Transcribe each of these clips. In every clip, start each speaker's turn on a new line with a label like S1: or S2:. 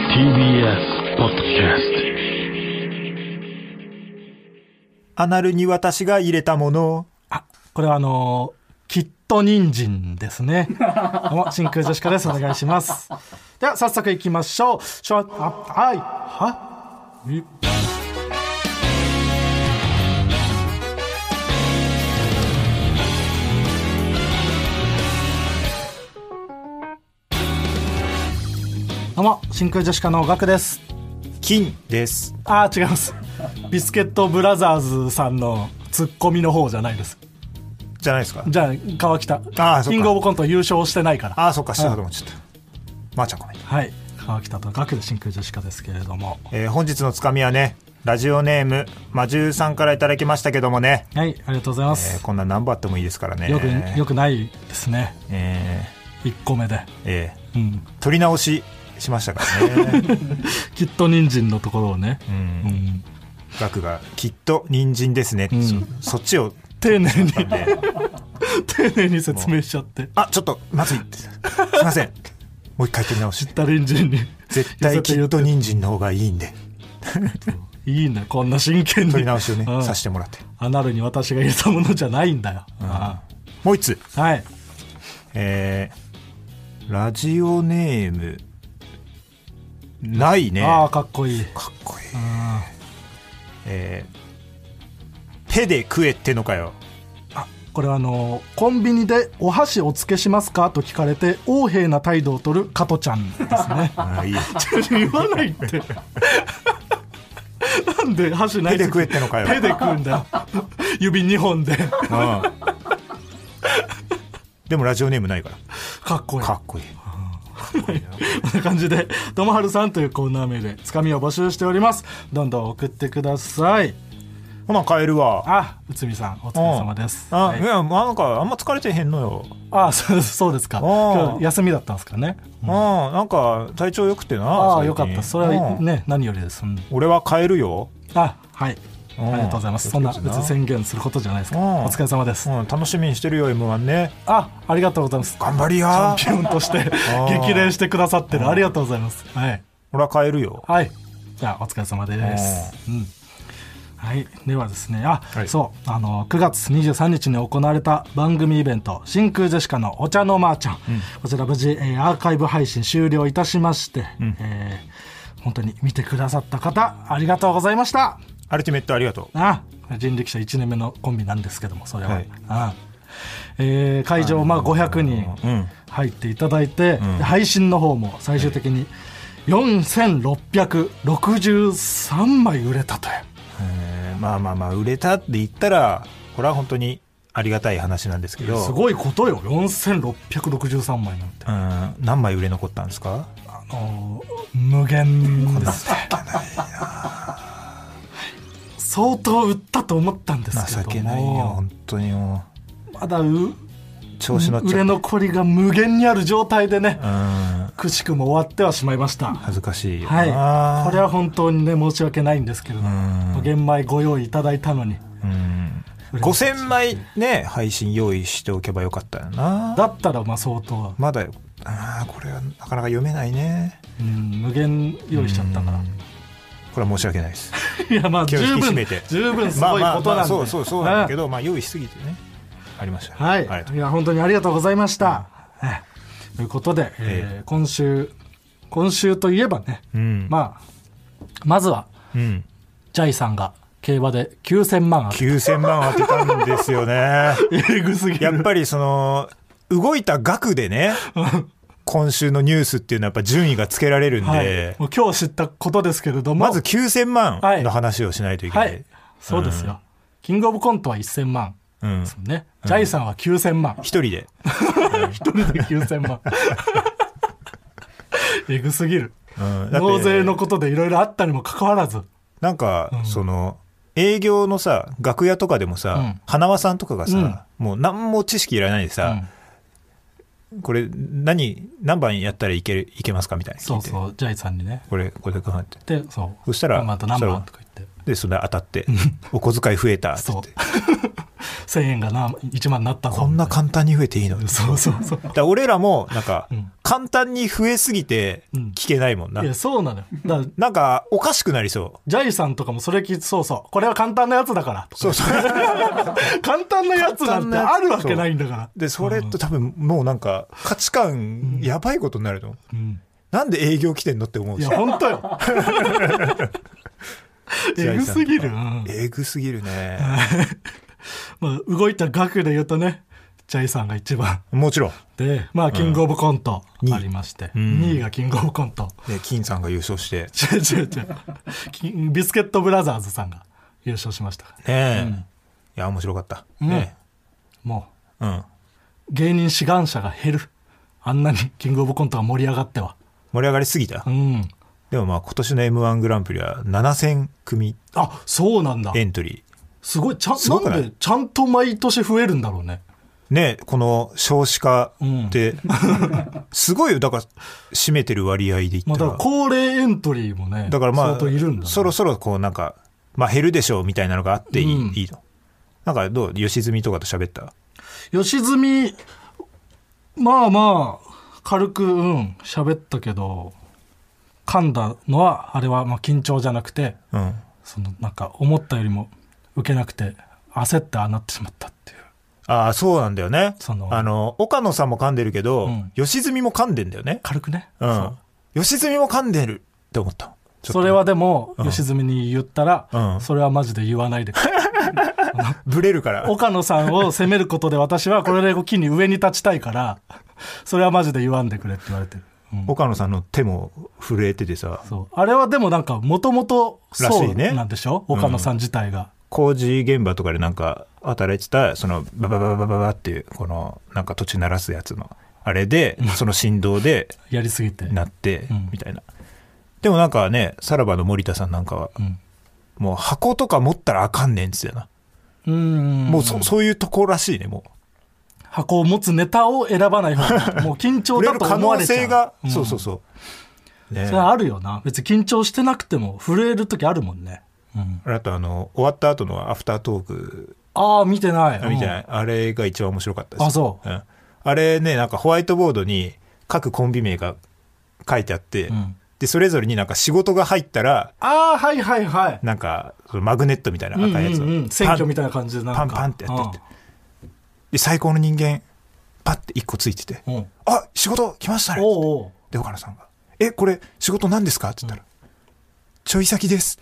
S1: TBS ポッドキャス
S2: アナルに私が入れたもの
S3: あ、これはあのーきっと人参ですね。 どうも、真空ジェシカです。お願いします。では、早速行きましょう。しょあ、はい、はい。いどうも、真空ジェシカのガクです。
S2: 金です
S3: あー、違います。ビスケットブラザーズさんのツッコミの方じゃないです。
S2: じゃないですか
S3: じゃあ川北
S2: ああそっか
S3: キングオブコント優勝してないから
S2: ああそうかしたかと思っちゃったまー、ちゃんごめん、
S3: はい川北と学で真空ジェシカですけれども
S2: えー本日のつかみはねラジオネーム魔獣さんからいただきましたけどもね、
S3: はいありがとうございま
S2: えー
S3: す、
S2: こんな何番あってもいいですからね
S3: よくよくないですね
S2: え
S3: 1個目で
S2: ーえ
S3: うん
S2: ー取り直ししました からね
S3: きっと人参のところをね、
S2: う
S3: うんん、
S2: 額がきっと人参ですね、
S3: ん
S2: そそっちを
S3: 丁寧に
S2: なんで
S3: 丁寧に説明しちゃって
S2: あちょっとまずいってすいませんもう一回取り直し
S3: 言った人参に
S2: 絶対きっと人参の方がいいんで
S3: いいねこんな真剣に
S2: 取り直しをね
S3: うん
S2: させてもらって
S3: アナルに私が入れたものじゃないんだよ、あ
S2: もう一つ
S3: あはい
S2: えーラジオネームないね
S3: ああ
S2: か
S3: かっこいい
S2: っこいいえー手で食えってのかよ
S3: これはあのコンビニでお箸お付けしますかと聞かれて横柄な態度を取る加トちゃんです ね
S2: あいい
S3: 言わないって なんで箸な
S2: 手
S3: い
S2: で食えってのかよ
S3: 手で食うんだよ指2本で
S2: うんでもラジオネームないから
S3: かっこいい
S2: かっこいい
S3: こんな感じで「ともはるさん」というコーナー名でつかみを募集しておりますどんどん送ってください
S2: ほな帰るわ
S3: あ内海さんお疲れ様です、
S2: あ、
S3: はい
S2: い、やなんかあんま疲れてへんのよ、
S3: あ そうそうですか
S2: お
S3: 今日休みだったんですかね
S2: うん、なんか体調良くてな
S3: ああ
S2: 最近
S3: よかったそれは
S2: うん
S3: ね何よりです、うん
S2: 俺は帰るよ、
S3: あはいあ
S2: うん
S3: りがとうございますそんな別に宣言することじゃないですから
S2: うん
S3: お疲れ様です
S2: うん、楽しみにしてるよ m 1ね
S3: あありがとうございます
S2: 頑張りや
S3: チャンピオンとして
S2: ー
S3: 激励してくださってるありがとうございますはい
S2: 俺は帰るよ
S3: はいじゃあお疲れ様ですうんはい、ではですねあ、
S2: はい
S3: そうあの9月23日に行われた番組イベント「真空ジェシカのお茶のまーちゃん」こちら無事、えーアーカイブ配信終了いたしまして、えー本当に見てくださった方ありがとうございました
S2: アルティメットありがとう
S3: あ人力車1年目のコンビなんですけどもそれは、
S2: はい
S3: あえー会場、まあ、500
S2: うん
S3: 人入っていただいて、配信の方も最終的に4663枚売れたという
S2: えーまあまあまあ売れたって言ったらこれは本当にありがたい話なんですけど
S3: すごいことよ4663枚なんて、
S2: うん何枚売れ残ったんですか
S3: あのー無限ですね相当売ったと思ったんです
S2: 情
S3: けども
S2: けないよ本当にも
S3: まだう
S2: う調子乗っ
S3: 売
S2: ちゃっ
S3: れ
S2: て
S3: 残りが無限にある状態でね、
S2: うん
S3: くしくも終わってはしまいました。
S2: 恥ずかしいよな
S3: はい。これは本当にね、申し訳ないんですけれど
S2: うん
S3: も、玄米ご用意いただいたのに。
S2: うん5000枚ね配信用意しておけばよかったよな
S3: だったら、まあ相当、
S2: まだよあーこれはなかなか読めないね
S3: うん、無限用意しちゃったから。
S2: これは申し訳ないです
S3: いや、まあ
S2: 気
S3: 十
S2: を引き締め
S3: 分
S2: て、
S3: 十分すごいことなんで。
S2: そうそうそうなんだけ
S3: ど。
S2: ど、まあ用意しすぎてねありました
S3: は
S2: ありがとう
S3: い。いや、本当にありがとうございました。ねということで、
S2: え
S3: えー今週、今週といえばね、
S2: うん
S3: まあ、まずは、
S2: うん
S3: ジャイさんが競馬で9000万あ
S2: 9000万当てたんですよ ね
S3: えぐすぎ
S2: やっぱりその動いた額で ね今週のニュースっていうのはやっぱ順位がつけられるんで、
S3: はい。もう今日知ったことですけれども。
S2: まず9000万の話をしないといけな、
S3: はいい、そうですよ。キングオブコントは1000万
S2: うん
S3: ですもんね。ジャイさんは9000万。
S2: 一人で
S3: 一人で9000万。 えぐすぎる。
S2: うんだって
S3: 納税のことでいろいろあったにもかかわらず。
S2: なんか、その営業のさ楽屋とかでもさ、
S3: うん
S2: 花輪さんとかがさ、もう何も知識いらないで
S3: う
S2: さ
S3: ん、、
S2: これ何何番やったらいけるいけますかみたいな聞いて
S3: そうそう、ジャイさんにね。
S2: これこれでかって
S3: で、そう。
S2: そしたら
S3: また何番とか言って。
S2: ででそれ当たってお小遣い増えたっつ
S3: そ
S2: っ
S3: う
S2: て
S3: 1000円がな1万になったぞ
S2: こんな簡単に増えていいの
S3: そうそうそう
S2: だから俺らもなんか
S3: うん
S2: 簡単に増えすぎて
S3: うん
S2: 聞けないもんな、
S3: いやそうなのよだから
S2: なんかおかしくなりそう
S3: ジャイさんとかもそれ聞いてそうそうこれは簡単なやつだからとか
S2: そうそう
S3: 簡単なやつなんてあるわけないんだから
S2: でそれと多分もうなんか価値観やばいことになるの、
S3: うん
S2: なんで営業来てんのって思う
S3: い
S2: し
S3: や本当よ えぐすぎる、うん
S2: えぐすぎるね
S3: まあ、動いた額で言うとねジャイさんが一番
S2: もちろん、
S3: でまあキングオブコント
S2: うん
S3: ありまして、
S2: うん
S3: 2位がキングオブコント
S2: ね、金さんが優勝して
S3: 違う違う違うキンビスケットブラザーズさんが優勝しましたから
S2: ねえ、いや面白かった、ね
S3: も
S2: うん
S3: う芸人志願者が減るあんなにキングオブコントが盛り上がっては
S2: 盛り上がりすぎた、
S3: うん
S2: でもまあ今年の m 1グランプリは7000組
S3: あそうなんだ
S2: エントリ
S3: すごいちゃん
S2: すごく
S3: な
S2: ない
S3: んでちゃんと毎年増えるんだろうね
S2: ーねこの少子化って、 すごいよだから占めてる割合で言
S3: ま
S2: っ
S3: あ、
S2: た
S3: だ
S2: ら、
S3: から高齢エントリーもね、
S2: だからま
S3: 相当いるんだね、
S2: あそろそろこうなんかまあ減るでしょうみたいなのがあっていい,、
S3: うん
S2: いいのなんかどう吉住とかと喋った
S3: 吉住、まあまあ、軽く、うん、喋ったけど、噛んだのは、あれはまあ緊張じゃなくて、
S2: うん
S3: そのなんか思ったよりも受けなくて、焦ってああなってしまったっていう。
S2: ああそうなんだよね
S3: その
S2: あの岡野さんも噛んでるけど、
S3: うん
S2: 吉住も噛んでんだよね
S3: 軽くね。
S2: う
S3: そ
S2: ん
S3: う
S2: 吉住も噛んでるって思ったちょっと
S3: それはでも、
S2: ん
S3: 吉住に言ったら、
S2: うん
S3: それはマジで言わないでくれ。
S2: ブレるから
S3: 岡野さんを責めることで私はこれで機に上に立ちたいから、それはマジで言わんでくれって言われてる。うん
S2: 岡野さんの手も震えててさ
S3: そうあれはでもなんかもともとそ
S2: らし
S3: う
S2: いね
S3: なんでしょ岡野さん自体が、
S2: 工事現場とかでなんか働いてたそのバババババババっていうこのなんか土地鳴らすやつのあれでその振動で
S3: やりすぎて、
S2: なって
S3: うん
S2: みたいなでもなんかねさらばの森田さんなんかは
S3: うん
S2: もう箱とか持ったらあかんねんっつってな
S3: うん
S2: もうそそういうとこらしいねも
S3: 箱を持つネタを選ばない方 がもう緊
S2: う
S3: 張
S2: 売れ
S3: だ
S2: る
S3: と
S2: 可
S3: 思わ
S2: 能
S3: れちゃう
S2: 性が
S3: ん
S2: そうそうそうね
S3: それはあるよな別に緊張してなくても震える時あるもんね、うん
S2: あとあの終わった後のアフタートーク
S3: ああ見てない
S2: みたい
S3: う
S2: な
S3: ん
S2: あれが一番面白かったです、
S3: あそう
S2: ん、あれねなんかホワイトボードに各コンビ名が書いてあって、
S3: うん
S2: でそれぞれになんか仕事が入ったら
S3: ああはいはいはい
S2: なんかそのマグネットみたいな
S3: うんう
S2: 赤いやつを、
S3: んうん選挙みたい
S2: な
S3: な感じでなんか
S2: パンパンってやってって、で最高の人間パッて一個ついてて「
S3: うん うん
S2: あ仕事来ましたね」
S3: おうおう
S2: で岡野さんが「えこれ仕事何ですか?」って言ったら「ちょい先です」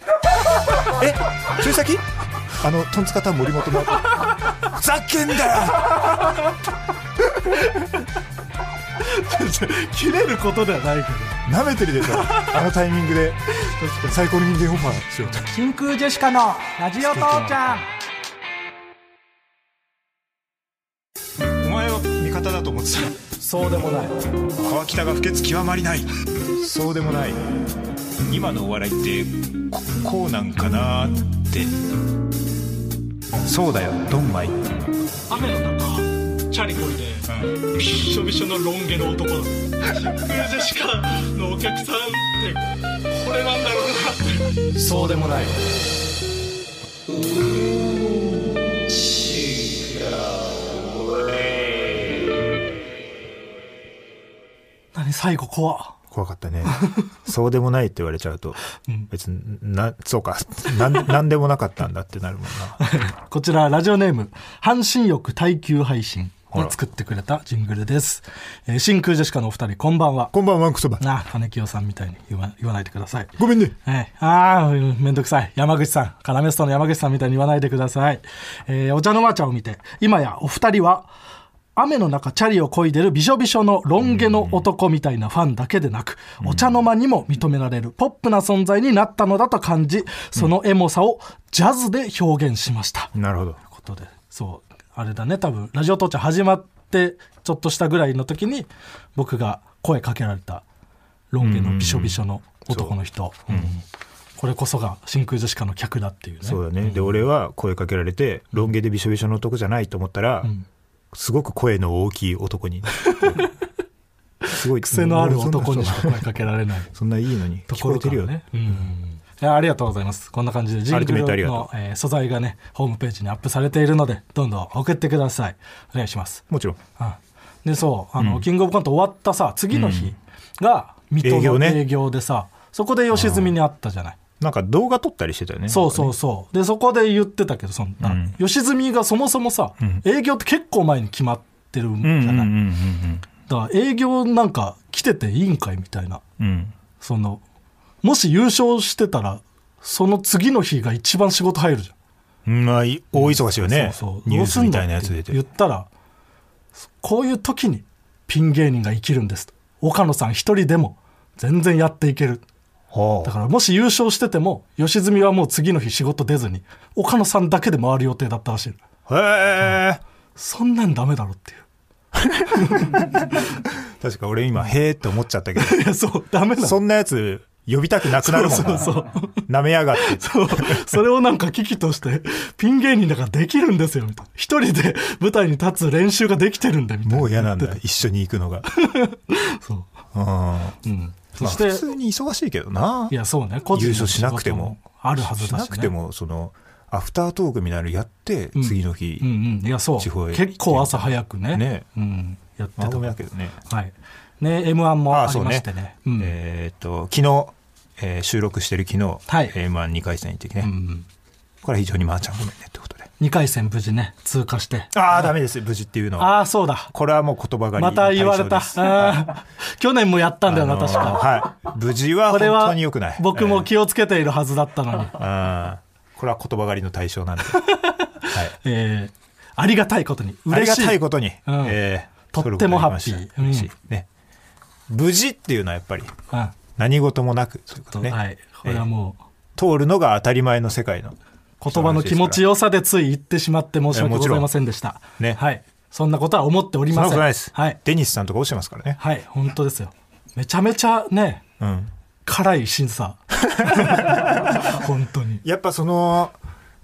S2: え「ちょい先あのトンツカタン森本のふざけんだよ!」
S3: 切れることではないけど
S2: 舐めてるでしょあのタイミングで最高の人間オファーしようと
S3: 真空ジェシカのラジオ父ちゃん
S2: お前は味方だと思ってた
S3: そうでもない
S2: 川北が不潔極まりないそうでもない今のお笑いってここうなんかなってそうだよドンマイ
S3: 雨の中チャリこいで、びっしょびしょのロン毛の男だ真空ジェシカのお客さんってこれなんだろうなそうでもない何最後怖っ
S2: 怖かったね そうでもないって言われちゃうと、別になそうか なんなんでもなかったんだってなるもんな
S3: こちら、ラジオネーム、阪神欲耐久配信
S2: あ
S3: を
S2: ら
S3: 作ってくれたジングルです。えー真空ジェシカのお二人、こんばんは。
S2: こんばんはクソば
S3: なあ、金清さんみたいに言わ言わないでください。
S2: ごめんね
S3: はい、ああ、うんめんどくさい。山口さん。カラメストの山口さんみたいに言わないでください。えーお茶のまーちゃんを見て、今やお二人は、雨の中チャリを漕いでるびしょびしょのロン毛の男みたいなファンだけでなく、お茶の間にも認められるポップな存在になったのだと感じ、そのエモさをジャズで表現しました。
S2: なるほど
S3: ということでそうあれだね多分ラジオ父ちゃん始まってちょっとしたぐらいの時に僕が声かけられたロン毛のびしょびしょの男の人、うんこれこそが真空ジェシカの客だっていうね
S2: そうだね、で俺は声かけられてロン毛でびしょびしょの男じゃないと思ったら、すごく声の大きい男 にすごい
S3: 癖のある男にし
S2: そんな
S3: か声かけられない
S2: そんないいのに
S3: と
S2: 聞こ
S3: こ
S2: え
S3: ろか
S2: てる
S3: ら
S2: よね
S3: ね、うんやありがとうございますこんな感じでジング
S2: 改めてあり
S3: ル
S2: がと
S3: の、えー素材がねホームページにアップされているのでどんどん送ってくださいお願いします
S2: もちろん。
S3: うんでそうあの、キングオブコント終わったさ次の日が水戸
S2: 営業
S3: の
S2: ね
S3: 営業でさ、そこで吉住に会ったじゃない、
S2: なんか動画撮ったりしてたよね。
S3: そうそうそうでそこで言ってたけどそんな、
S2: ん
S3: 吉住がそもそもさ、営業って結構前に決まってるじゃ
S2: う
S3: ない、
S2: んうんうんうん
S3: だから営業なんか来てていいんかいみたいな
S2: うんうん。
S3: そのもし優勝してたらその次の日が一番仕事入るじゃん
S2: うん。まあ、い大忙しよね。
S3: そうそう
S2: ニュースみたいな
S3: どう
S2: や
S3: す
S2: つ
S3: んだ
S2: 出
S3: って
S2: て。
S3: 言ったらこういう時にピン芸人が生きるんですと岡野さん一人でも全然やっていける
S2: は
S3: だからもし優勝してても吉住はもう次の日仕事出ずに岡野さんだけで回る予定だったらしい
S2: あ。へえ。
S3: そんなんダメだろっていう
S2: 確か俺今、へえって思っちゃったけ
S3: いやそうダメだ
S2: ど、そんなやつ呼びたくなくなるもんな。
S3: そうそう
S2: 舐めやがって。
S3: そうそれをなんか危機としてピン芸人だからできるんですよみたいな一人で舞台に立つ練習ができてるんだみたいな
S2: もう嫌 なんだ、一緒に行くのが。
S3: そう、
S2: うん。
S3: うん、そ
S2: まあ
S3: して、。
S2: 普通に忙しいけどない
S3: やそうね個人
S2: 優
S3: の
S2: 勝しなくても
S3: 仕事あるはずだし、ね、
S2: なくても、その、アフタートークみたいなのやって、次の日
S3: う、んうんいやそう
S2: 地方へ
S3: 結構朝早くね
S2: ね
S3: うん、やって
S2: ま
S3: た
S2: とめだけどね。
S3: はいね m 1も
S2: あ
S3: あ
S2: あ
S3: り
S2: そう
S3: ま
S2: ね
S3: してねうん
S2: えーっと、昨日、えー収録してる昨日、
S3: はい
S2: えー、まあ2回戦行ってきてね、
S3: うん
S2: これは非常にまーちゃんごめんねってことで。
S3: 2回戦無事ね通過して
S2: ああ、ダメです、無事っていうのは。
S3: ああそうだ
S2: これはもう言葉が
S3: また言われた
S2: あ
S3: あー去年もやったんだよな確か
S2: はい。無事は
S3: こ
S2: 本
S3: れは
S2: 当に良くない。
S3: 僕も
S2: き、
S3: 気をつけているはずだったの
S2: うん
S3: に、
S2: これは言葉狩りの対象 なんで。はい。
S3: えーありがたいことに
S2: あり
S3: 嬉
S2: が
S3: しい
S2: たいことに、
S3: うん
S2: えー
S3: とってもハッピー
S2: 取ることができました嬉しいね。無事っていうのはやっぱり
S3: うん
S2: 何事もなくということね、
S3: はい、これはもう
S2: 通るのが当たり前の世界の
S3: 言葉の気持ちよさでつい言ってしまって申し訳ございませんでし
S2: い
S3: た。
S2: やもちろんね
S3: はい。そんなことは思っており
S2: そんな
S3: ま
S2: こ
S3: せん。
S2: とないです、
S3: はい。
S2: デニスさんとか落ちてますからね、
S3: はい、本当ですよ。めちゃめちゃね、
S2: うん、
S3: 辛い審査。 本当に。
S2: やっぱその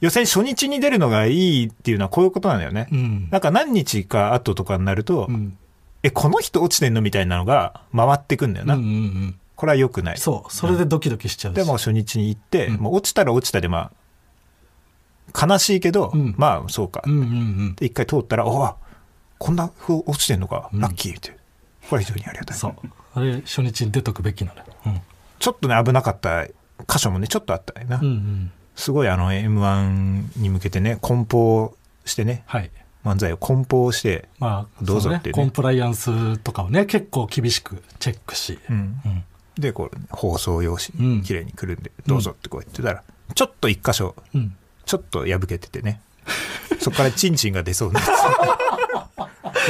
S2: 予選初日に出るのがいいっていうのはこういうことなんだよね、
S3: うん
S2: なんか何日か後とかになると、
S3: うん。
S2: えこの人落ちてんのみたいなのが回ってくんだよ
S3: うんう
S2: な、
S3: んうん。
S2: これは良くない
S3: そう、それでドキドキしちゃうし
S2: でも、初日に行って、もう落ちたら落ちたでまあ悲しいけど、
S3: うん
S2: まあそうか、
S3: うんうんうん。
S2: で一回通ったら「おおこんな風落ちてんのか、ラッキー」ってこれは非常にありがたい
S3: そう。あれ、初日に出とくべきなのよ。
S2: ちょっとね危なかった箇所もねちょっとあったねな、
S3: うん。うんうん。
S2: すごいあの m 1に向けてね梱包してね
S3: はい。
S2: 漫才を梱包して、
S3: まあ、
S2: どうぞ
S3: そ
S2: ってね
S3: コンプライアンスとかをね、結構厳しくチェックし。
S2: うん
S3: うん。
S2: でこう、放送用紙
S3: うん
S2: に綺麗にくるんで、どうぞってこう言ってたらちょっと一箇所
S3: うん。
S2: ちょっと破けてて ねそこからチンチンが出そうになって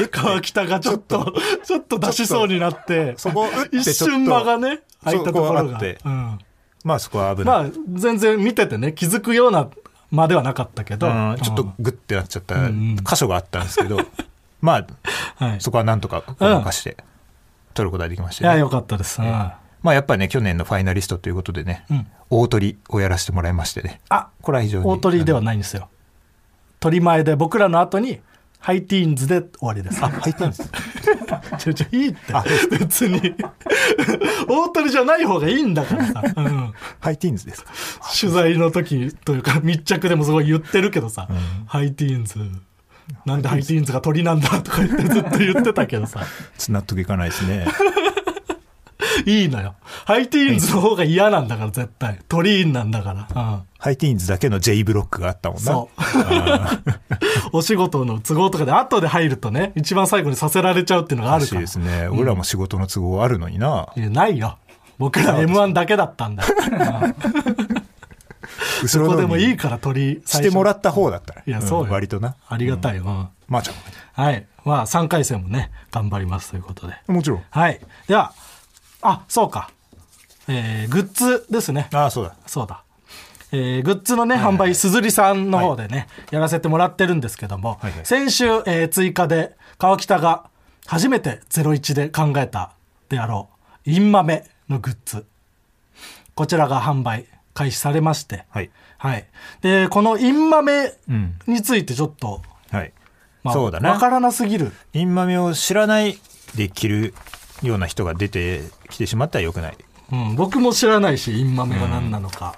S2: え
S3: 川北 がちょっと、ちょっと出しそうになって、
S2: そこ打って
S3: 一瞬間がね、
S2: ちょ
S3: 空い
S2: ったと
S3: ところ
S2: そうこうあ
S3: が。
S2: って
S3: うん
S2: まあそこは危ない、
S3: まあ、全然見ててね、気づくようなまではなかったけど、
S2: うんちょっとグッてなっちゃった
S3: うん
S2: 箇所があったんです けど、まあ
S3: うん、はい。
S2: そこはなんとかごまかして取ることができまし
S3: い
S2: た
S3: や、
S2: ね、
S3: よかったです。うん
S2: まあやっぱね去年のファイナリストということでね、
S3: うん
S2: 大鳥をやらせてもらいましてね
S3: あ、
S2: これは非常に
S3: 大鳥ではないんですよ。鳥前で、僕らの後に、ハイティーンズで終わりです。
S2: あ入ったんです
S3: ちょいちょいいいって。別に。大鳥じゃない方がいいんだからさ。うん
S2: ハイティーンズですか
S3: 取材の時というか密着でもすごい言ってるけどさ、ハイティーンズなんでハイティーンズが鳥なんだとか言ってずっと言ってたけどさ
S2: ちょっと納得いかないですね
S3: いいのよハイティーンズの方が嫌なんだから絶対鳥インなんだから、
S2: ハイティーンズだけの J ブロックがあったも
S3: うんん、
S2: な
S3: そうお仕事の都合とかで後で入るとね一番最後にさせられちゃうっていうのがあ
S2: ら
S3: る
S2: しい
S3: から
S2: ですね、俺らも仕事の都合あるのにない
S3: やないよ僕ら m 1だけだったんだよ、うん
S2: 後
S3: そ
S2: ろ
S3: こで
S2: の方
S3: もいい
S2: に
S3: から鳥
S2: してもら
S3: っ
S2: った方だったら
S3: いやそう
S2: ん
S3: よ、
S2: 割とな
S3: ありがたいよ、うん
S2: まあちゃん
S3: はいまあ3回戦もね頑張りますということで
S2: もちろん
S3: はい。では、あ、そうか。えーグッズですね。
S2: ああそうだ
S3: そうだ。えーグッズのね、販売、すずりさんの方でね、やらせてもらってるんですけども、
S2: はいはい
S3: 先週、えー追加で、川北が初めて01で考えたであろう、インマメのグッズ。こちらが販売、開始されまして、
S2: はい
S3: はい。で、このインマメ
S2: うん
S3: についてちょっと、
S2: はい、
S3: まあ
S2: そうだな
S3: わからなすぎる。
S2: インマメを知らないで着るような人が出てきてしまったらよくない。
S3: うん、僕も知らないし、インマメが何なのか。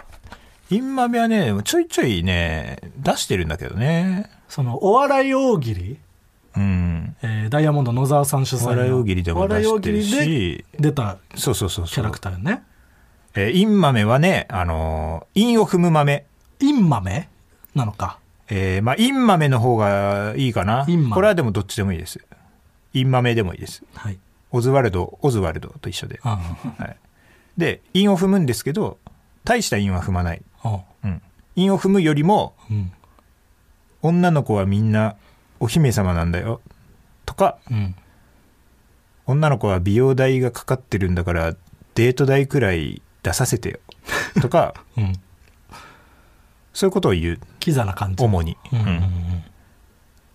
S2: インマメはね、ちょいちょいね、出してるんだけどね。
S3: その、お笑い大喜利、
S2: うん。
S3: えーダイヤモンド野沢さん主催の。
S2: お笑い大喜利でも出してるし
S3: お笑い大喜利で出た
S2: そうそうそうそう。
S3: キャラクターよね。
S2: えー、インマメはね、あのー、インを踏む豆。
S3: インマメなのか。
S2: えー、まあ、インマメの方がいいかな。
S3: インマメ
S2: これはでもどっちでもいいです。インマメでもいいです。
S3: はい。
S2: オズワルド、オズワルドと一緒で。
S3: うん
S2: はい、で、韻を踏むんですけど、大した韻は踏まない。
S3: うん
S2: うん。韻を踏むよりも、
S3: うん。
S2: 女の子はみんなお姫様なんだよ。とか、
S3: うん。
S2: 女の子は美容代がかかってるんだから、デート代くらい出させてよ。とか、
S3: うん。
S2: そういうことを言う。
S3: キザな感じ。
S2: 主に。
S3: うんうんう
S2: うんん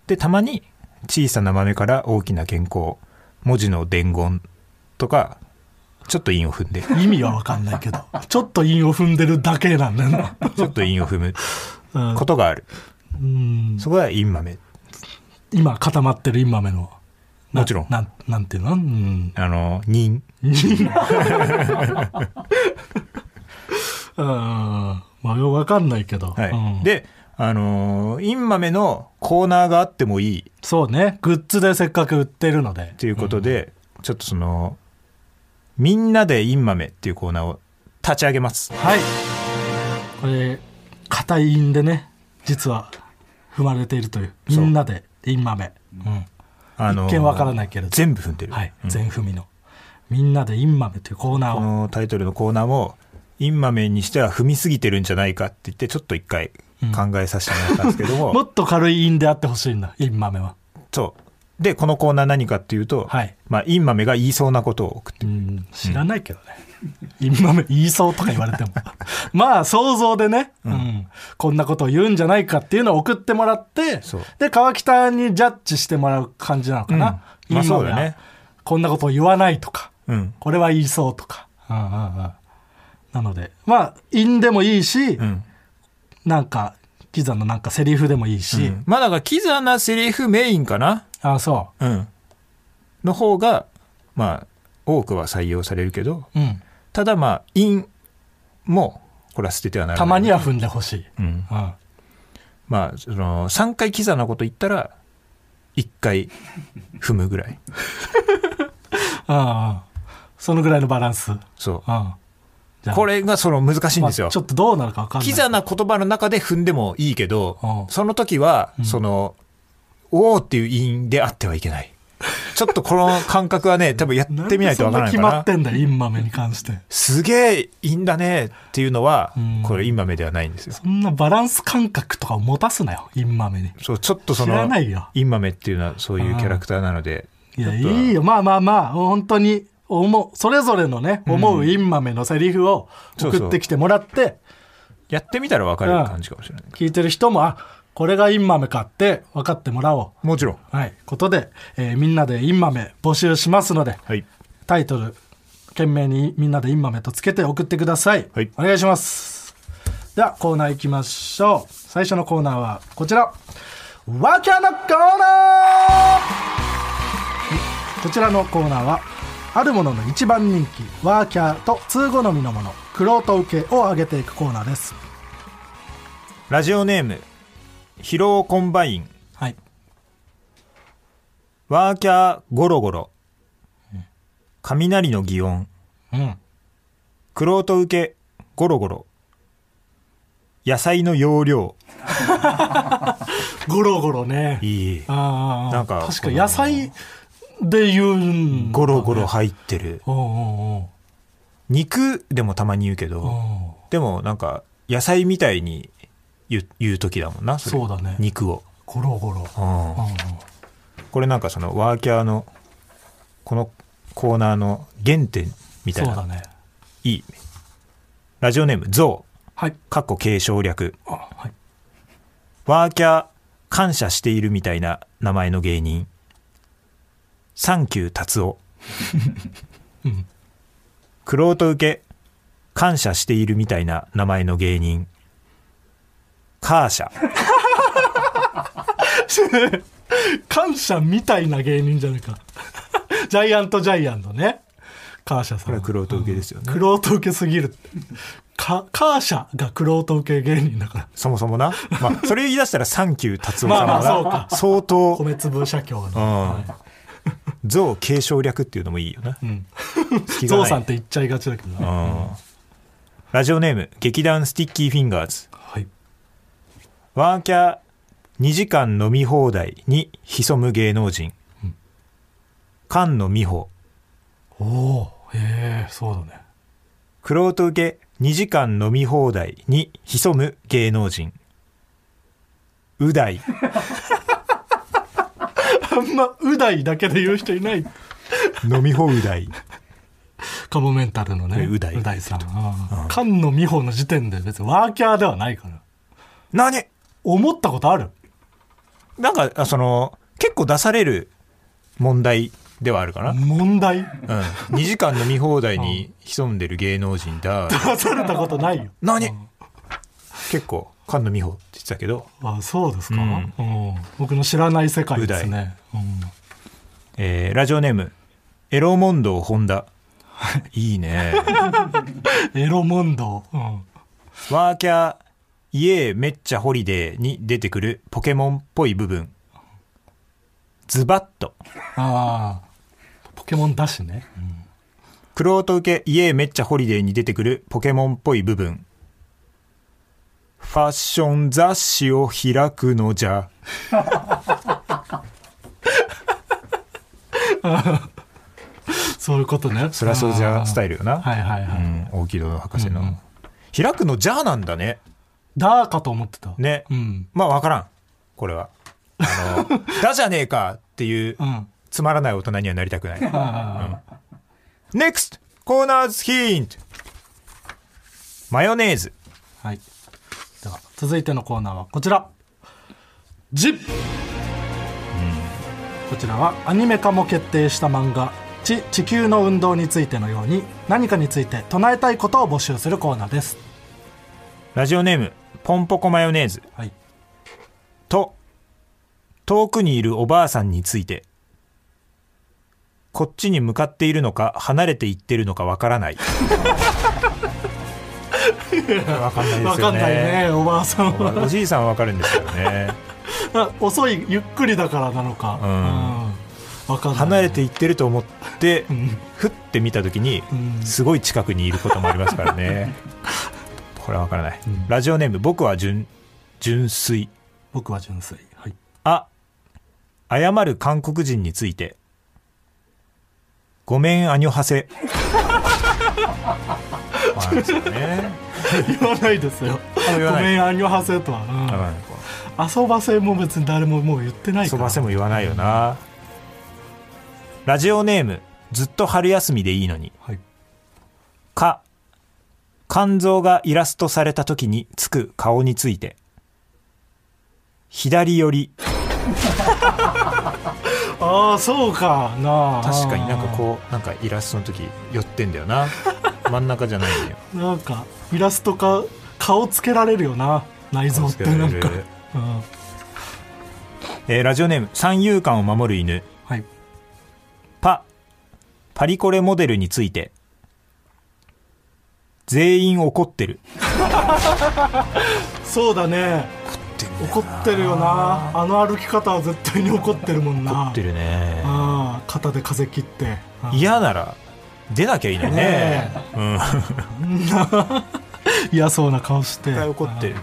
S2: で、たまに、小さな豆から大きな健康、文字の伝言とか、ちょっと韻を踏ん で、
S3: 意味はわかんないけど、ちょっと韻を踏んでるだけなんだ よな。
S2: ちょっと韻を踏む
S3: うん
S2: ことがある。
S3: うん
S2: そこは韻豆。
S3: 今固まってるインマメの。な
S2: もちろん
S3: なん、なんていう のうん。
S2: あの、韻。
S3: うん。まあ、よくわかんないけど。
S2: はい。
S3: うん、
S2: で、あのー、インマメのコーナーがあってもいいっ
S3: そうね。グッズでせっかく売ってるので。
S2: ていうことで、ちょっとその、みんなでインマメっていうコーナーを立ち上げます。
S3: はい。これ、硬い韻でね、実は踏まれているという。み
S2: そうん
S3: なでインマメ。うん。
S2: あ
S3: 一見わからないけれど
S2: 全部踏んでる。
S3: はい。全踏みの。みんなでインマメというコーナ
S2: こ
S3: ーを。
S2: のタイトルのコーナーも、インマメにしては踏みすぎてるんじゃないかって言って、ちょっと一回考えさせてもらったんですけど も、
S3: もっと軽い韻であってほしいんだ、インマメは。
S2: そう。で、このコーナー何かっていうと、
S3: はい
S2: まあ、インマメが言いそうなことを送って、
S3: うん、知らないけどね。今め言いそうとか言われ ても。まあ想像でね、うんこんなことを言うんじゃないかっていうのを送ってもらって
S2: そう、
S3: で、川北にジャッジしてもらう感じなのかな。
S2: うんまあ
S3: 今
S2: そうだね
S3: はこんなことを言わないとか、
S2: うん。
S3: これは言いそうとか。うんうんうんなので、まあ、陰でもいいし、
S2: うん。
S3: なんか、キザのなんかセリフでもいいし、
S2: うんまあ、だから、キザなセリフメインかな。
S3: ああ、そ
S2: うん、の方が、まあ、多くは採用されるけど、
S3: う。うん。
S2: ただまあ、陰も、これは捨ててはならない。
S3: たまには踏んでほしい。
S2: うん。
S3: うん。
S2: まあ、その、3回キザなこと言ったら、1回踏むぐらい。
S3: うんうん。そのぐらいのバランス。うん。
S2: そ
S3: じゃ
S2: う。
S3: あ
S2: これがその難しいんですよ
S3: まあ。ちょっとどうなるか分かんない。
S2: キザな言葉の中で踏んでもいいけど
S3: う、ん
S2: その時は、その、おーっていう陰であってはいけ ない。ちょっとこの感覚はね、多分やってみないとわからない
S3: んでそ
S2: か
S3: んな決ま
S2: な
S3: っ。てんだよ、インマメに関して。
S2: すげえ陰だねっていうのは
S3: うん、
S2: これ陰豆ではないんですよ。
S3: そんなバランス感覚とかを持たすなよ、インマメに。
S2: そう、ちょっとその、
S3: 知らないよ
S2: インマメっていうのはそういうキャラクターなので。
S3: いや、
S2: ちょっと
S3: いいよ。まあまあまあ、本当に、思う、それぞれのね、思うインマメのセリフを
S2: そうそう
S3: 送ってきてもらって、
S2: やってみたらわかる感じかもしれない。
S3: 聞いてる人も、あ、これがインマメかって分かってもらお
S2: もちろん。
S3: う。はい。ことで、えーみんなでインマメ募集しますので、
S2: はい。
S3: タイトル、懸命にみんなでインマメとつけて送ってください。
S2: はい
S3: お願いします。では、コーナー行きましょう。最初のコーナーはこちら。ワキャのコーナーこちらのコーナーは、あるものの一番人気、ワーキャーと通好みのもの、クロート受けを上げていくコーナーです。
S2: ラジオネーム、疲労コンバイン、
S3: はい。
S2: ワーキャーゴロゴロ、雷の擬音、
S3: うん。
S2: クロート受け、ゴロゴロ、野菜の容量。
S3: ゴロゴロね。
S2: いい。
S3: ああ、
S2: なんか
S3: 確かに野菜で言うんだね。
S2: ゴロゴロ入ってる。
S3: おうおうおう
S2: 肉でもたまに言うけど、
S3: おう
S2: でもなんか、野菜みたいに言う言う時だもんな、れ
S3: そうだね
S2: 肉を。
S3: ゴロゴロ。
S2: うん
S3: うんうん
S2: これなんかそのワーキャーのこのコーナーの原点みた
S3: そ
S2: いうな、
S3: だね。
S2: いいラジオネームゾウ
S3: はい。
S2: かっこ継承略
S3: あはい。
S2: ワーキャー感謝しているみたいな名前の芸人サンキュー達夫
S3: うん。
S2: クロート受け感謝しているみたいな名前の芸人カーシャ
S3: 感謝みたいな芸人じゃないか。 ジャイアントジャイアンのね。カーシャさん。
S2: これは玄人受けですよね
S3: うん玄人受けすぎる。かカーシャがクロート受け芸人だから
S2: そもそもな。まあ、それ言い出したら、サンキュー達夫
S3: ま
S2: 様
S3: あまあそうか
S2: が、相当、
S3: 米粒社協に、
S2: うん
S3: は
S2: 象継承略っていうのもいいよな。
S3: いうん、
S2: 隙が
S3: ゾ
S2: な
S3: ウ
S2: い
S3: さんって言っちゃいがちだけどな、
S2: うんラジオネーム、劇団スティッキーフィンガーズ。
S3: はい、
S2: ワーキャー2時間飲み放題に潜む芸能人。菅野美穂。
S3: おおへえそうだね
S2: クロート受け2時間飲み放題に潜む芸能人。う大。
S3: あんまうだいだけで言う人いない
S2: 飲み放う大。
S3: カモメンタルのね
S2: うだいう
S3: だいさんうん菅野美穂の時点で別にワーキャーではないから
S2: 何
S3: 思ったことある
S2: なんか、あその、結構出される問題ではあるかな。うん。
S3: 問題
S2: 2時間飲み放題に潜んでる芸能人 だ。
S3: 出されたことないよ
S2: 何結構、菅野美穂って言ってたけど、
S3: あそうですか、
S2: うん
S3: うん僕の知らない世界ですね、うん
S2: えーラジオネーム、エロモンドホンダ。いいね。
S3: エロモンド、うん
S2: ワーキャー、イエーめっちゃホリデーに出てくるポケモンっぽい部分。ズバッと。
S3: ああポケモンだしね、
S2: クロート受け、イエーめっちゃホリデーに出てくるポケモンっぽい部分。ファッション雑誌を開くのじゃ。
S3: そういうことね
S2: そりゃそうじゃスタイルよな。
S3: はいはいはい、
S2: うん、大木戸の博士の。
S3: うんうん
S2: 開くのじゃなんだね。
S3: だーかと思ってた
S2: ね。
S3: うん
S2: まあわからん。これは。あ の、だじゃねえかっていう
S3: う、ん
S2: つまらない大人にはなりたくない。
S3: あ
S2: NEXT コーナーズヒントマヨネーズ
S3: ーはいでは続いてのコーナーはこちら「ジップこちらはアニメ化も決定した漫画「地地球の運動」についてのように何かについて唱えたいことを募集するコーナーです
S2: ラジオネームポンポコマヨネーズ
S3: はい
S2: と遠くにいるおばあさんについてこっちに向かっているのか離れていってるのかわからない わかんないです
S3: 分か
S2: よ
S3: んない
S2: ね
S3: ねおばあさんは
S2: おじいさんはわかるんですけどね
S3: あ 遅いゆっくりだからなのか、
S2: うん
S3: うん、分かんない
S2: 離れていってると思って
S3: ん
S2: ふって見た時に
S3: うん
S2: すごい近くにいることもありますから ねこれはわからない、
S3: ん
S2: ラジオネーム僕は純純粋
S3: 僕は純粋 はい
S2: あ謝る韓国人についてごめんアニョハセまあそうね
S3: 言わないですよ
S2: あ言わ
S3: ご
S2: ない
S3: めんアンニョハセとは、うん、遊ばせも別に誰ももう言ってない
S2: そ
S3: から
S2: ばせも言わないよなラジオネームずっと春休みでいいのに
S3: はい、
S2: か肝臓がイラストされた時につく顔について左寄り
S3: ああそうかなあ
S2: 確かになんかこうなんかイラストの時寄ってんだよな真ん中じゃないんだよ
S3: うなんかイラストか顔つけられるよな内臓ってなんか、うん、
S2: えーラジオネーム三遊間を守る犬
S3: はい
S2: パパリコレモデルについて全員怒ってる
S3: そうだね怒ってるよなあの歩き方は絶対に怒ってるもんな
S2: 怒ってるね
S3: ああ肩で風切ってうん
S2: 嫌なら出なきゃいいのにね
S3: ね
S2: うん
S3: 嫌そうな顔して
S2: 絶対怒ってる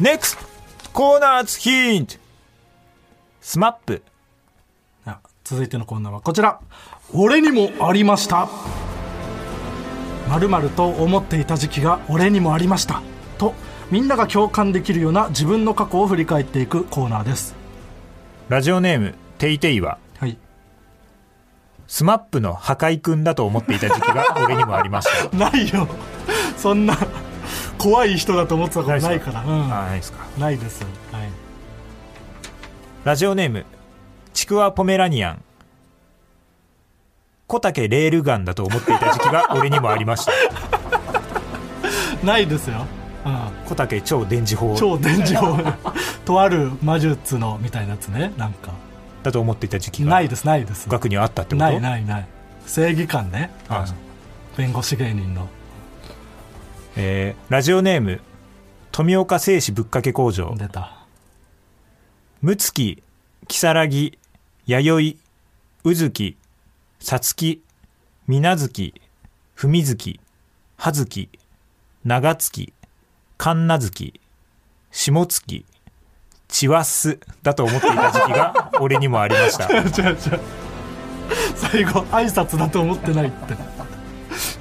S2: NEXT コーナーズヒントスマップ
S3: あ続いてのコーナーはこちら俺にもありましたまると思っていた時期が俺にもありましたとみんなが共感できるような自分の過去を振り返っていくコーナーです
S2: ラジオネームテイテイは
S3: はい
S2: スマップの破壊くんだと思っていた時期 が俺にもありました
S3: ないよ そんな怖い人だと思ってたことないからうん
S2: あーないですか
S3: ないです、はい、
S2: ラジオネームちくわポメラニアン小竹レールガンだと思っていた時期が俺にもありました
S3: ないですよ、うん
S2: 小竹超電磁砲
S3: 超伝授 とある魔術のみたいなやつねなんか
S2: だと思っていた時期が
S3: ないですないです
S2: 学にはあったってこと
S3: ないないない正義感ね
S2: あそう
S3: 弁護士芸人の、
S2: えーラジオネーム富岡製紙ぶっかけ工場
S3: 出た
S2: むつききさらぎ弥生うずきさつきみなずきふみずきはずき長つきかんなずきしもつきちわすだと思っていた時期 が俺にもありました
S3: 最後挨拶だと思ってないって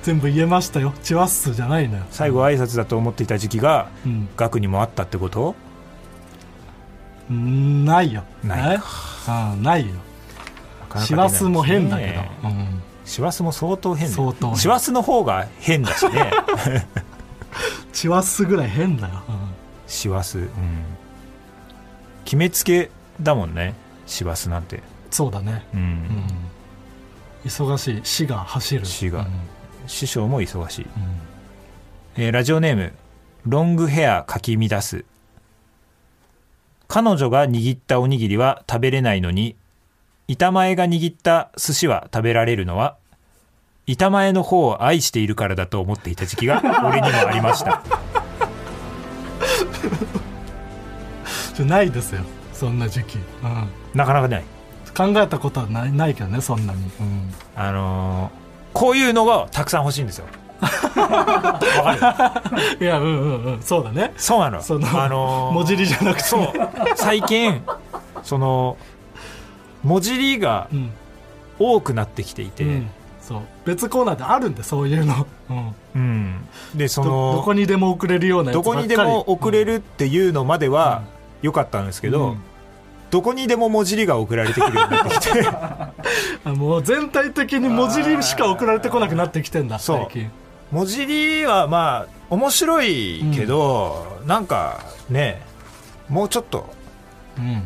S3: 全部言えましたよチワッスじゃないのよ
S2: 最後挨拶だと思っていた時期が
S3: うん
S2: 学にもあったってこと
S3: うんないよ
S2: ない
S3: かないよチワスも変だけど、うん
S2: しわすも相当変だ
S3: 相当変
S2: しわすの方が変だしね
S3: チワッスぐらい変だよ、
S2: しわすうん決めつけだもんねしわすなんて
S3: そうだね、
S2: う
S3: うんん、忙しい死が走る
S2: 死が
S3: うん
S2: 師匠も忙しい、
S3: うん
S2: えーラジオネームロングヘアかき乱す彼女が握ったおにぎりは食べれないのに板前が握った寿司は食べられるのは板前の方を愛しているからだと思っていた時期 が俺にもありました
S3: じゃないですよそんな時期、うん、
S2: なかなかない
S3: 考えたことはないないけどねそんなに、うん
S2: あのーこういうのがたくさん欲しいん ですよわかる
S3: いやうんうんうんそうだね
S2: そうなの
S3: その
S2: あのー
S3: 文字入りじゃなくて
S2: そう最近その文字入りが
S3: うん、
S2: 多くなってきていて、う
S3: うんんそう別コーナーであるんでそういうの、うん、
S2: でそ
S3: ど
S2: の
S3: どこにでも送れるようなや
S2: ど
S3: つばっ
S2: こ
S3: か
S2: に
S3: り
S2: でも送れるっていうのまでは良かったんですけど、
S3: うん
S2: どこにでも文字入りが送られてくるようになってき て
S3: あもう全体的に文字入りしか送られてこなくなってきてんだ
S2: そう
S3: 最近
S2: 文字入りはまあ面白いけど、なんかねもうちょっと
S3: うん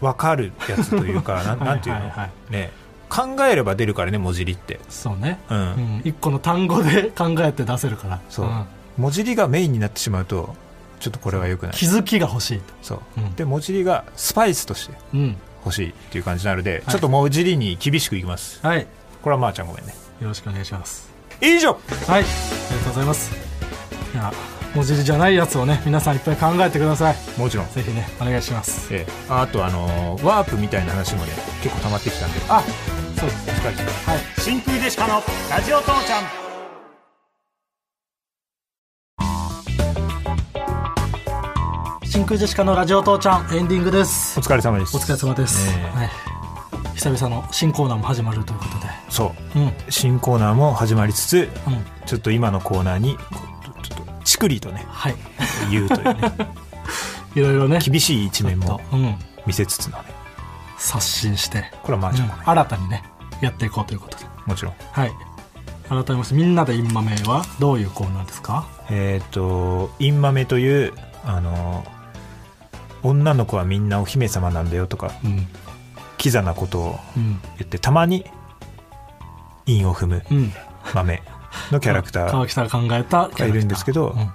S2: 分かるやつという かなんなんていうの、
S3: はいはいは
S2: ね考えれば出るからね文字入りって、
S3: そうね
S2: うん
S3: うん、一個の単語で考えて出せるから
S2: そう、
S3: ん
S2: 文字入りがメインになってしまうとちょっとこれは良くない
S3: 気づきが欲しいと
S2: そう、
S3: うん
S2: で文字入りがスパイスとして
S3: うん
S2: 欲しいっていう感じなので、ちょっと文字入りに厳しくいきます
S3: はいよ
S2: これはまーちゃんごめんね
S3: ろしくお願いします
S2: 以上
S3: はいありがとうございますじゃあ文字入りじゃないやつをね皆さんいっぱい考えてください
S2: もちろん
S3: ぜひねお願いします
S2: ええああとあのーワープみたいな話もね結構溜まってきたんで
S3: あそうです
S2: お疲れ様
S3: はい
S2: 真空でしかのラジオ父ちゃん
S3: 真空ジェシカのラジオ父ちゃんエンディングです
S2: お疲れ様です
S3: お疲れ様です、
S2: ええ
S3: はい、久々の新コーナーも始まるということで
S2: そう
S3: うん
S2: 新コーナーも始まりつつ
S3: うん
S2: ちょっと今のコーナーにこうちょっとチクリとね
S3: はい
S2: 言うというね
S3: いろいろね
S2: 厳しい一面
S3: と
S2: も
S3: うん
S2: 見せつつのね
S3: 刷新して、
S2: これはまーちゃんもね、
S3: 新たにねやっていこうということで
S2: もちろん
S3: はい改めましてみんなでインマメはどういうコーナーですか
S2: えっ、とインマメというあのー女の子はみんなお姫様なんだよとか
S3: うん
S2: キザなことを
S3: うん
S2: 言ってたまに韻を踏む
S3: うん
S2: 豆のキャラクタ ー
S3: 川木さんが考えたキャラクター
S2: がいるんですけど
S3: うん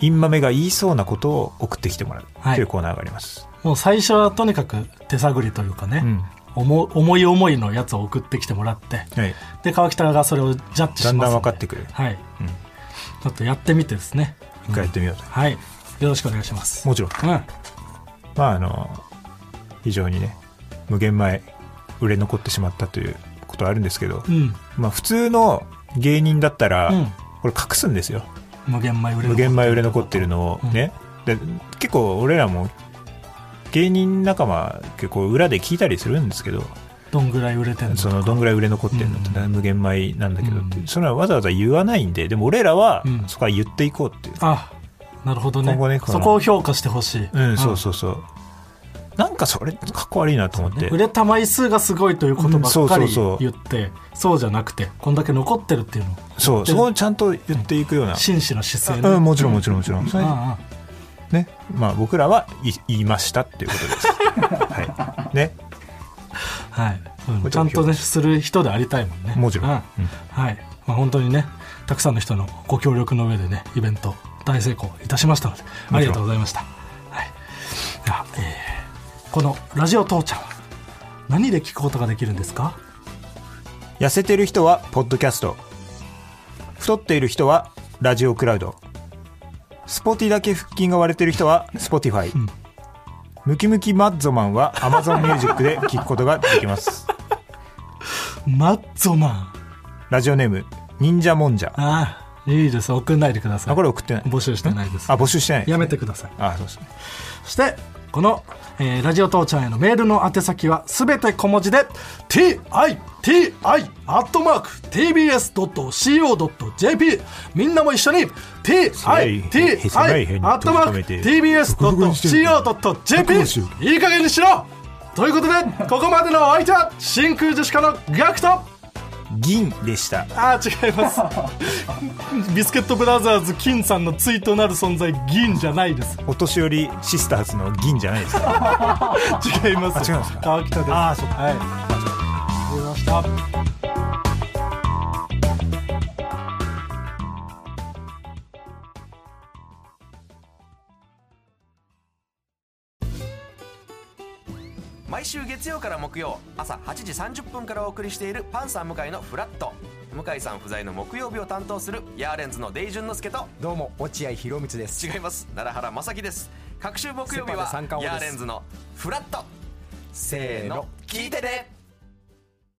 S2: インマメが言いそうなことを送ってきてもらう
S3: はい
S2: というコーナーがあります、
S3: もう最初はとにかく手探りというかね、
S2: うん
S3: 思思い思いのやつを送ってきてもらって
S2: はい、
S3: で川北がそれをジャッジします
S2: だん
S3: で
S2: だん分かってくる
S3: はい、
S2: うん
S3: ちょっとやってみてですね
S2: 一回やってみようと、
S3: はいよろしくお願いします
S2: もちろん
S3: うん
S2: まああの非常にね無限前売れ残ってしまったということはあるんですけど、
S3: うん
S2: まあ、普通の芸人だったら、
S3: うん
S2: これ隠すんですよ
S3: 無限米売れる
S2: 無限前売れ残ってるのをね、で結構俺らも芸人仲間結構裏で聞いたりするんですけど
S3: どんぐらい売れてんの
S2: そのどんぐらい売れ残ってるのって、
S3: う
S2: 無限米なんだけどって、
S3: うん
S2: それはわざわざ言わないんででも俺らは
S3: うん
S2: そこは言っていこうっていう、
S3: あなるほどね
S2: 今後ねこの
S3: そこを評価してほしい
S2: うんそうそうそうなんかそれかっこ悪いなと思って、
S3: ね売れた枚数がすごいということば
S2: う
S3: っ
S2: ん
S3: か
S2: そ
S3: り
S2: うそうそう
S3: 言ってそうじゃなくてこんだけ残ってるっていうの
S2: そうそこをちゃんと言っていくような、
S3: 真摯な姿勢
S2: う
S3: ね
S2: ん、もちろんもちろんもちろん、それ
S3: あ
S2: ねまあ、僕らはい言いましたっていうことです、はいね、
S3: あはいうん
S2: これ
S3: ちゃんとねする人でありたいもんね
S2: もちろん、
S3: う
S2: うん
S3: はいまあ本当にねたくさんの人のご協力の上でねイベント大成功いたしましたので
S2: ろん
S3: ありがとうございました、はいではえーこの「ラジオ父ちゃん」は何で聞くことができるんですか
S2: 痩せてる人はポッドキャスト太っている人はラジオクラウドスポティだけ腹筋が割れてる人は Spotify、ムキムキマッゾマンは Amazon ミュージックで聞くことができます
S3: マッゾマン
S2: ラジオネーム忍者もんじゃ
S3: ああいいです送んないでください
S2: あこれ送ってない
S3: 募集してないです
S2: あ募集してない
S3: やめてください
S2: あそうですね
S3: そしてこの、えーラジオ父ちゃんへのメールの宛先はすべて小文字で TITI.tbs.co.jp みんなも一緒に TITI.tbs.co.jp いい加減にしろということでここまでのお相手は真空ジェシカのガクト
S2: 銀でした
S3: あー違います ビスケットブラザーズ金さんの対となる存在銀じゃないです
S2: お年寄りシスターズの銀じゃないですか
S3: 違います
S2: あ違うんですか
S3: 川北です
S2: ああそっか
S3: はいありがとうございました
S4: 毎週月曜から木曜朝8時30分からお送りしているパンサー向井のフラット向井さん不在の木曜日を担当するヤーレンズのデイジュンの之介と
S5: どうも落合博満です
S4: 違います奈良原雅樹です各週木曜
S5: セパ
S4: 日は
S5: で三冠王
S4: ヤ
S5: で
S4: ー
S5: す
S4: レンズのフラットせ
S5: せ
S4: ー
S5: ー
S4: の
S5: の
S4: 聞いてて、ね